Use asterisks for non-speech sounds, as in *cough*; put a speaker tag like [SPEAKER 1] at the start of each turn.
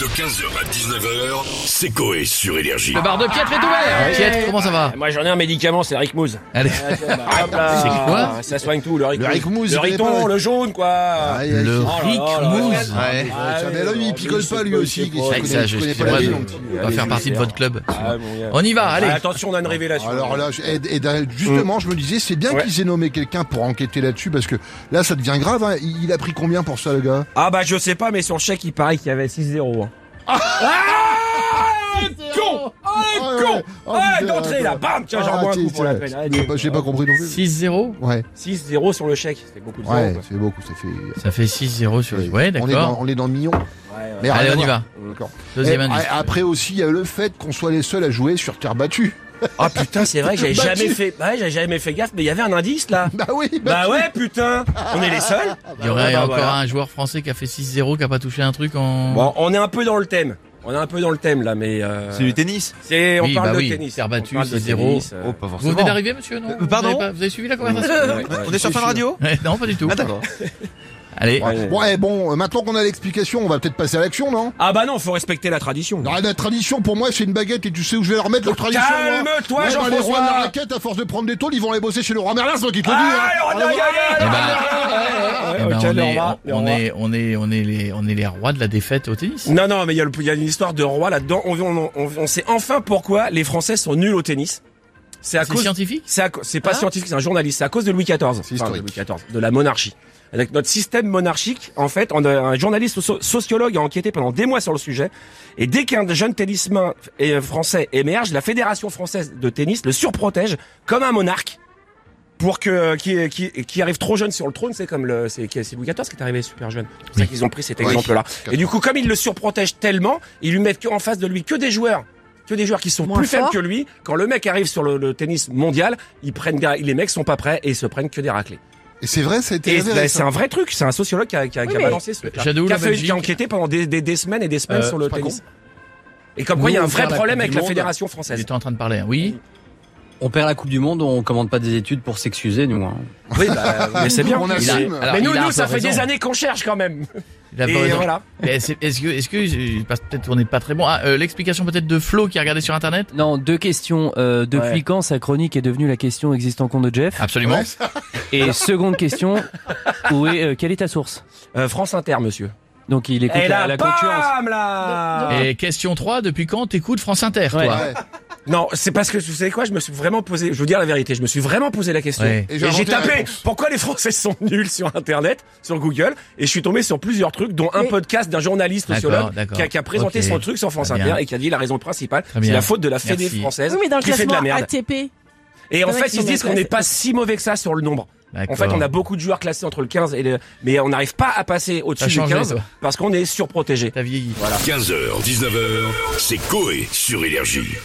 [SPEAKER 1] De 15h à 19h, c'est Coé sur Énergie.
[SPEAKER 2] Le bar de Pietre est
[SPEAKER 3] Ah
[SPEAKER 2] ouvert Pietre, comment ça va
[SPEAKER 3] Moi j'en ai un médicament, c'est le Ricmouze.
[SPEAKER 2] Allez,
[SPEAKER 3] Hop là
[SPEAKER 2] Ah,
[SPEAKER 3] Ah,
[SPEAKER 2] C'est quoi
[SPEAKER 3] Ça soigne tout, le Ricmouze.
[SPEAKER 4] Le Ricmouze,
[SPEAKER 3] Le
[SPEAKER 4] il connaît
[SPEAKER 3] riton,
[SPEAKER 4] pas. Ah,
[SPEAKER 3] le jaune quoi
[SPEAKER 4] Aïe, aïe.
[SPEAKER 2] le
[SPEAKER 3] Oh là là là.
[SPEAKER 2] Ricmouze Ouais.
[SPEAKER 3] Ah,
[SPEAKER 4] Tiens,
[SPEAKER 3] oui,
[SPEAKER 4] mais là, lui, il
[SPEAKER 3] alors,
[SPEAKER 4] picole
[SPEAKER 3] lui,
[SPEAKER 4] pas,
[SPEAKER 3] ce
[SPEAKER 4] lui
[SPEAKER 3] petit
[SPEAKER 4] aussi.
[SPEAKER 3] pauvre.
[SPEAKER 4] qu'est-ce qu'il
[SPEAKER 2] Avec ça,
[SPEAKER 4] connaît-
[SPEAKER 2] je
[SPEAKER 4] il connaît
[SPEAKER 2] suis
[SPEAKER 4] pas la
[SPEAKER 2] vrai
[SPEAKER 4] vie,
[SPEAKER 2] de
[SPEAKER 4] non plus.
[SPEAKER 2] pas
[SPEAKER 3] Allez,
[SPEAKER 2] faire partie de
[SPEAKER 3] super.
[SPEAKER 2] votre club.
[SPEAKER 3] Ah, mon gars.
[SPEAKER 2] On y va, allez
[SPEAKER 3] Ah, Attention, on a une révélation.
[SPEAKER 4] Alors là, je- et, et d'ailleurs, justement, je me disais, c'est bien
[SPEAKER 3] Mm. Ouais.
[SPEAKER 4] qu'ils aient nommé quelqu'un pour enquêter là-dessus, parce que là, ça devient grave. hein. Il il a pris combien pour ça, le gars
[SPEAKER 3] Ah bah je sais pas, mais sur le chèque il paraît qu'il y avait 6-0. hein. Ah le Con Ah
[SPEAKER 4] Ah,
[SPEAKER 3] le
[SPEAKER 4] ouais,
[SPEAKER 3] con
[SPEAKER 4] ouais. Ah,
[SPEAKER 3] Ah
[SPEAKER 4] putain,
[SPEAKER 3] d'entrée là, bam Tiens, j'en
[SPEAKER 4] Ah,
[SPEAKER 3] bois un
[SPEAKER 4] tiens,
[SPEAKER 3] coup pour la
[SPEAKER 4] tiens.
[SPEAKER 3] peine.
[SPEAKER 4] J'ai
[SPEAKER 3] Allez.
[SPEAKER 4] pas, j'ai pas compris non plus.
[SPEAKER 2] 6-0
[SPEAKER 4] Ouais,
[SPEAKER 3] 6-0 sur le chèque, c'est beaucoup de
[SPEAKER 4] ouais,
[SPEAKER 3] zéros,
[SPEAKER 4] c'est beaucoup, ça fait.
[SPEAKER 2] Ça fait 6-0 sur le...
[SPEAKER 4] on, est
[SPEAKER 2] Ouais,
[SPEAKER 4] dans,
[SPEAKER 2] d'accord.
[SPEAKER 4] on est dans le million.
[SPEAKER 3] quoi. Ouais, ouais.
[SPEAKER 4] Mais
[SPEAKER 2] Allez,
[SPEAKER 4] rien
[SPEAKER 2] on y
[SPEAKER 4] à
[SPEAKER 2] va.
[SPEAKER 3] Ah,
[SPEAKER 4] voir. D'accord.
[SPEAKER 2] Deuxième
[SPEAKER 3] Eh,
[SPEAKER 4] Et
[SPEAKER 2] indice.
[SPEAKER 4] a- Après aussi, il y a le fait qu'on soit les seuls à jouer sur terre battue. *laughs*
[SPEAKER 3] Ah putain, c'est vrai que j'avais
[SPEAKER 4] Battu.
[SPEAKER 3] jamais fait. Ouais, j'avais jamais fait gaffe, mais il y avait un indice là.
[SPEAKER 4] Bah oui,
[SPEAKER 3] Bah ouais, putain, on est les seuls.
[SPEAKER 2] Il y aurait
[SPEAKER 3] Ah, bah,
[SPEAKER 2] encore
[SPEAKER 3] voilà.
[SPEAKER 2] un joueur français qui a fait 6-0, qui a pas touché un truc en...
[SPEAKER 3] Bon, on est un peu dans le thème. On est un peu dans le thème là, mais euh,
[SPEAKER 5] C'est du tennis
[SPEAKER 3] c'est on
[SPEAKER 2] Oui,
[SPEAKER 3] parle
[SPEAKER 2] bah
[SPEAKER 3] de
[SPEAKER 2] oui,
[SPEAKER 3] tennis.
[SPEAKER 2] terre
[SPEAKER 3] On
[SPEAKER 2] battue,
[SPEAKER 3] parle de
[SPEAKER 2] 6-0.
[SPEAKER 3] tennis, euh,
[SPEAKER 5] Oh, pas
[SPEAKER 2] Vous
[SPEAKER 5] forcément.
[SPEAKER 2] venez d'arriver, monsieur, non
[SPEAKER 5] Euh,
[SPEAKER 2] Vous
[SPEAKER 5] pardon
[SPEAKER 2] avez pas- Vous avez suivi la conversation
[SPEAKER 6] euh,
[SPEAKER 3] ouais, ouais.
[SPEAKER 5] On est sur Fun Radio
[SPEAKER 2] *laughs* Ouais, Non, pas du tout.
[SPEAKER 5] Ah d'accord.
[SPEAKER 2] Allez,
[SPEAKER 3] Bah, Ouais.
[SPEAKER 4] Bon, eh, bon, euh, maintenant qu'on a l'explication, on va peut-être passer à l'action, non
[SPEAKER 3] Ah bah non, faut respecter la tradition.
[SPEAKER 4] Non, la tradition, pour moi, c'est une baguette et tu sais où je vais leur mettre leur tradition. moi
[SPEAKER 3] Calme-toi,
[SPEAKER 4] Ouais, bah, Les rois de la
[SPEAKER 3] Jean-François.
[SPEAKER 4] raquette, à force de prendre des tôles, ils vont aller bosser chez le roi Merlin, c'est donc ils te le disent, hein.
[SPEAKER 3] Ah, le roi de la
[SPEAKER 2] Eh ben, eh
[SPEAKER 3] galère.
[SPEAKER 2] ben,
[SPEAKER 3] Ok,
[SPEAKER 2] on,
[SPEAKER 3] le
[SPEAKER 2] est,
[SPEAKER 3] roi, le
[SPEAKER 2] on,
[SPEAKER 3] roi.
[SPEAKER 2] est, on, est, on, est les, on est les rois de la défaite au tennis.
[SPEAKER 3] Non, non, mais il y, a le- il y a une histoire de roi là-dedans. On, on, on, on sait enfin pourquoi les Français sont nuls au tennis. C'est à
[SPEAKER 2] C'est
[SPEAKER 3] cause
[SPEAKER 2] scientifique
[SPEAKER 3] C'est à cau- c'est pas
[SPEAKER 2] Ah.
[SPEAKER 3] scientifique, c'est un journaliste. C'est à cause de Louis XIV.
[SPEAKER 4] C'est
[SPEAKER 3] Enfin, de
[SPEAKER 4] historique.
[SPEAKER 3] Louis XIV, de la monarchie. Avec notre système monarchique, en fait, on a un journaliste so- sociologue a enquêté pendant des mois sur le sujet. Et dès qu'un jeune tennisman f- et- français émerge, la fédération française de tennis le surprotège comme un monarque pour que euh, qui, qui, qui arrive trop jeune sur le trône. C'est comme le c'est c'est Louis XIV qui est arrivé super jeune. C'est pour ça
[SPEAKER 2] Oui.
[SPEAKER 3] qu'ils ont pris cet
[SPEAKER 4] Oui.
[SPEAKER 3] exemple-là. Et du coup, comme ils le surprotègent tellement, ils lui mettent que en face de lui que des joueurs, que des joueurs qui sont
[SPEAKER 7] Moins
[SPEAKER 3] plus faibles
[SPEAKER 7] forts.
[SPEAKER 3] que lui. Quand le mec arrive sur le, le tennis mondial, ils prennent des- les mecs sont pas prêts et ils se prennent que des raclés.
[SPEAKER 4] Et c'est vrai, ça a été
[SPEAKER 3] Et
[SPEAKER 4] avéré,
[SPEAKER 3] bah,
[SPEAKER 4] ça.
[SPEAKER 3] c'est un vrai truc, c'est un sociologue qui a, qui a- qui a
[SPEAKER 2] mais-
[SPEAKER 3] balancé ce truc
[SPEAKER 2] Jadot,
[SPEAKER 3] qui a,
[SPEAKER 2] la
[SPEAKER 3] fait-
[SPEAKER 2] Belgique.
[SPEAKER 3] qui a enquêté pendant des, des- des semaines et des semaines
[SPEAKER 2] Euh,
[SPEAKER 3] sur le
[SPEAKER 4] c'est pas
[SPEAKER 3] tennis. Et comme quoi, il
[SPEAKER 6] Nous,
[SPEAKER 3] y a un
[SPEAKER 6] on
[SPEAKER 3] vrai
[SPEAKER 6] perd la
[SPEAKER 3] problème
[SPEAKER 6] Coupe
[SPEAKER 3] avec
[SPEAKER 6] du
[SPEAKER 3] la
[SPEAKER 6] Monde.
[SPEAKER 3] fédération
[SPEAKER 2] Il
[SPEAKER 3] française.
[SPEAKER 2] était en train de parler. hein. Oui.
[SPEAKER 6] On perd la Coupe du Monde, on commande pas des études pour s'excuser, nous. hein.
[SPEAKER 3] Oui, bah, mais c'est bien.
[SPEAKER 4] On
[SPEAKER 3] Il a-
[SPEAKER 4] assume.
[SPEAKER 2] Alors,
[SPEAKER 3] mais nous,
[SPEAKER 2] il a un
[SPEAKER 3] nous
[SPEAKER 2] peu
[SPEAKER 3] ça fait
[SPEAKER 2] raison.
[SPEAKER 3] des années qu'on cherche quand même.
[SPEAKER 2] Il a pas
[SPEAKER 3] Et
[SPEAKER 2] raison.
[SPEAKER 3] voilà.
[SPEAKER 2] Mais c'est- Est-ce que, est-ce que, je- parce que peut-être on n'est pas très bon. Ah, euh, l'explication peut-être de Flo qui a regardé sur internet.
[SPEAKER 6] Non, deux questions. Euh, depuis
[SPEAKER 3] Ouais.
[SPEAKER 6] quand sa chronique est devenue la question existe en compte de Jeff
[SPEAKER 2] Absolument.
[SPEAKER 4] Ouais.
[SPEAKER 6] *laughs* Et seconde question, où est, euh, quelle est ta source
[SPEAKER 3] Euh, France Inter, monsieur.
[SPEAKER 6] Donc il écoute
[SPEAKER 3] Et
[SPEAKER 6] la,
[SPEAKER 3] la,
[SPEAKER 6] la concurrence.
[SPEAKER 3] bam, là
[SPEAKER 2] Et question 3, depuis quand t'écoutes France Inter,
[SPEAKER 6] Ouais.
[SPEAKER 2] toi
[SPEAKER 4] Ouais.
[SPEAKER 3] Non, c'est parce que vous savez quoi, je me suis vraiment posé, je vous dire la vérité, je me suis vraiment posé la question.
[SPEAKER 2] Ouais.
[SPEAKER 4] Et
[SPEAKER 3] Et j'ai,
[SPEAKER 4] j'ai inventé la
[SPEAKER 3] tapé
[SPEAKER 4] réponse.
[SPEAKER 3] pourquoi les Français sont nuls sur internet, sur Google et je suis tombé sur plusieurs trucs dont un
[SPEAKER 7] Mais-
[SPEAKER 3] podcast d'un journaliste
[SPEAKER 2] D'accord,
[SPEAKER 3] sociologue
[SPEAKER 2] d'accord.
[SPEAKER 3] qui a, qui a présenté
[SPEAKER 2] Ok.
[SPEAKER 3] son truc sur France
[SPEAKER 2] Très
[SPEAKER 3] Inter
[SPEAKER 2] bien.
[SPEAKER 3] et qui a dit la raison principale,
[SPEAKER 2] Très
[SPEAKER 3] c'est
[SPEAKER 2] bien.
[SPEAKER 3] la faute de la Fédé
[SPEAKER 2] Merci.
[SPEAKER 3] française
[SPEAKER 7] Oui, mais dans le
[SPEAKER 3] qui fait de
[SPEAKER 7] classement
[SPEAKER 3] la merde.
[SPEAKER 7] ATP.
[SPEAKER 3] Et en
[SPEAKER 7] Ouais,
[SPEAKER 3] fait,
[SPEAKER 7] ils
[SPEAKER 3] ils
[SPEAKER 7] sont
[SPEAKER 3] se disent
[SPEAKER 7] dans
[SPEAKER 3] qu'on
[SPEAKER 7] la-
[SPEAKER 3] n'est pas si mauvais que ça sur le nombre. En
[SPEAKER 2] D'accord.
[SPEAKER 3] fait, on a beaucoup de joueurs classés entre le 15 et le mais on n'arrive pas à passer
[SPEAKER 2] T'as
[SPEAKER 3] au-dessus du
[SPEAKER 2] changé,
[SPEAKER 3] 15
[SPEAKER 2] toi.
[SPEAKER 3] parce qu'on est surprotégé.
[SPEAKER 2] T'as vieilli.
[SPEAKER 1] Voilà. 15h, 19h, c'est Coé sur Énergie.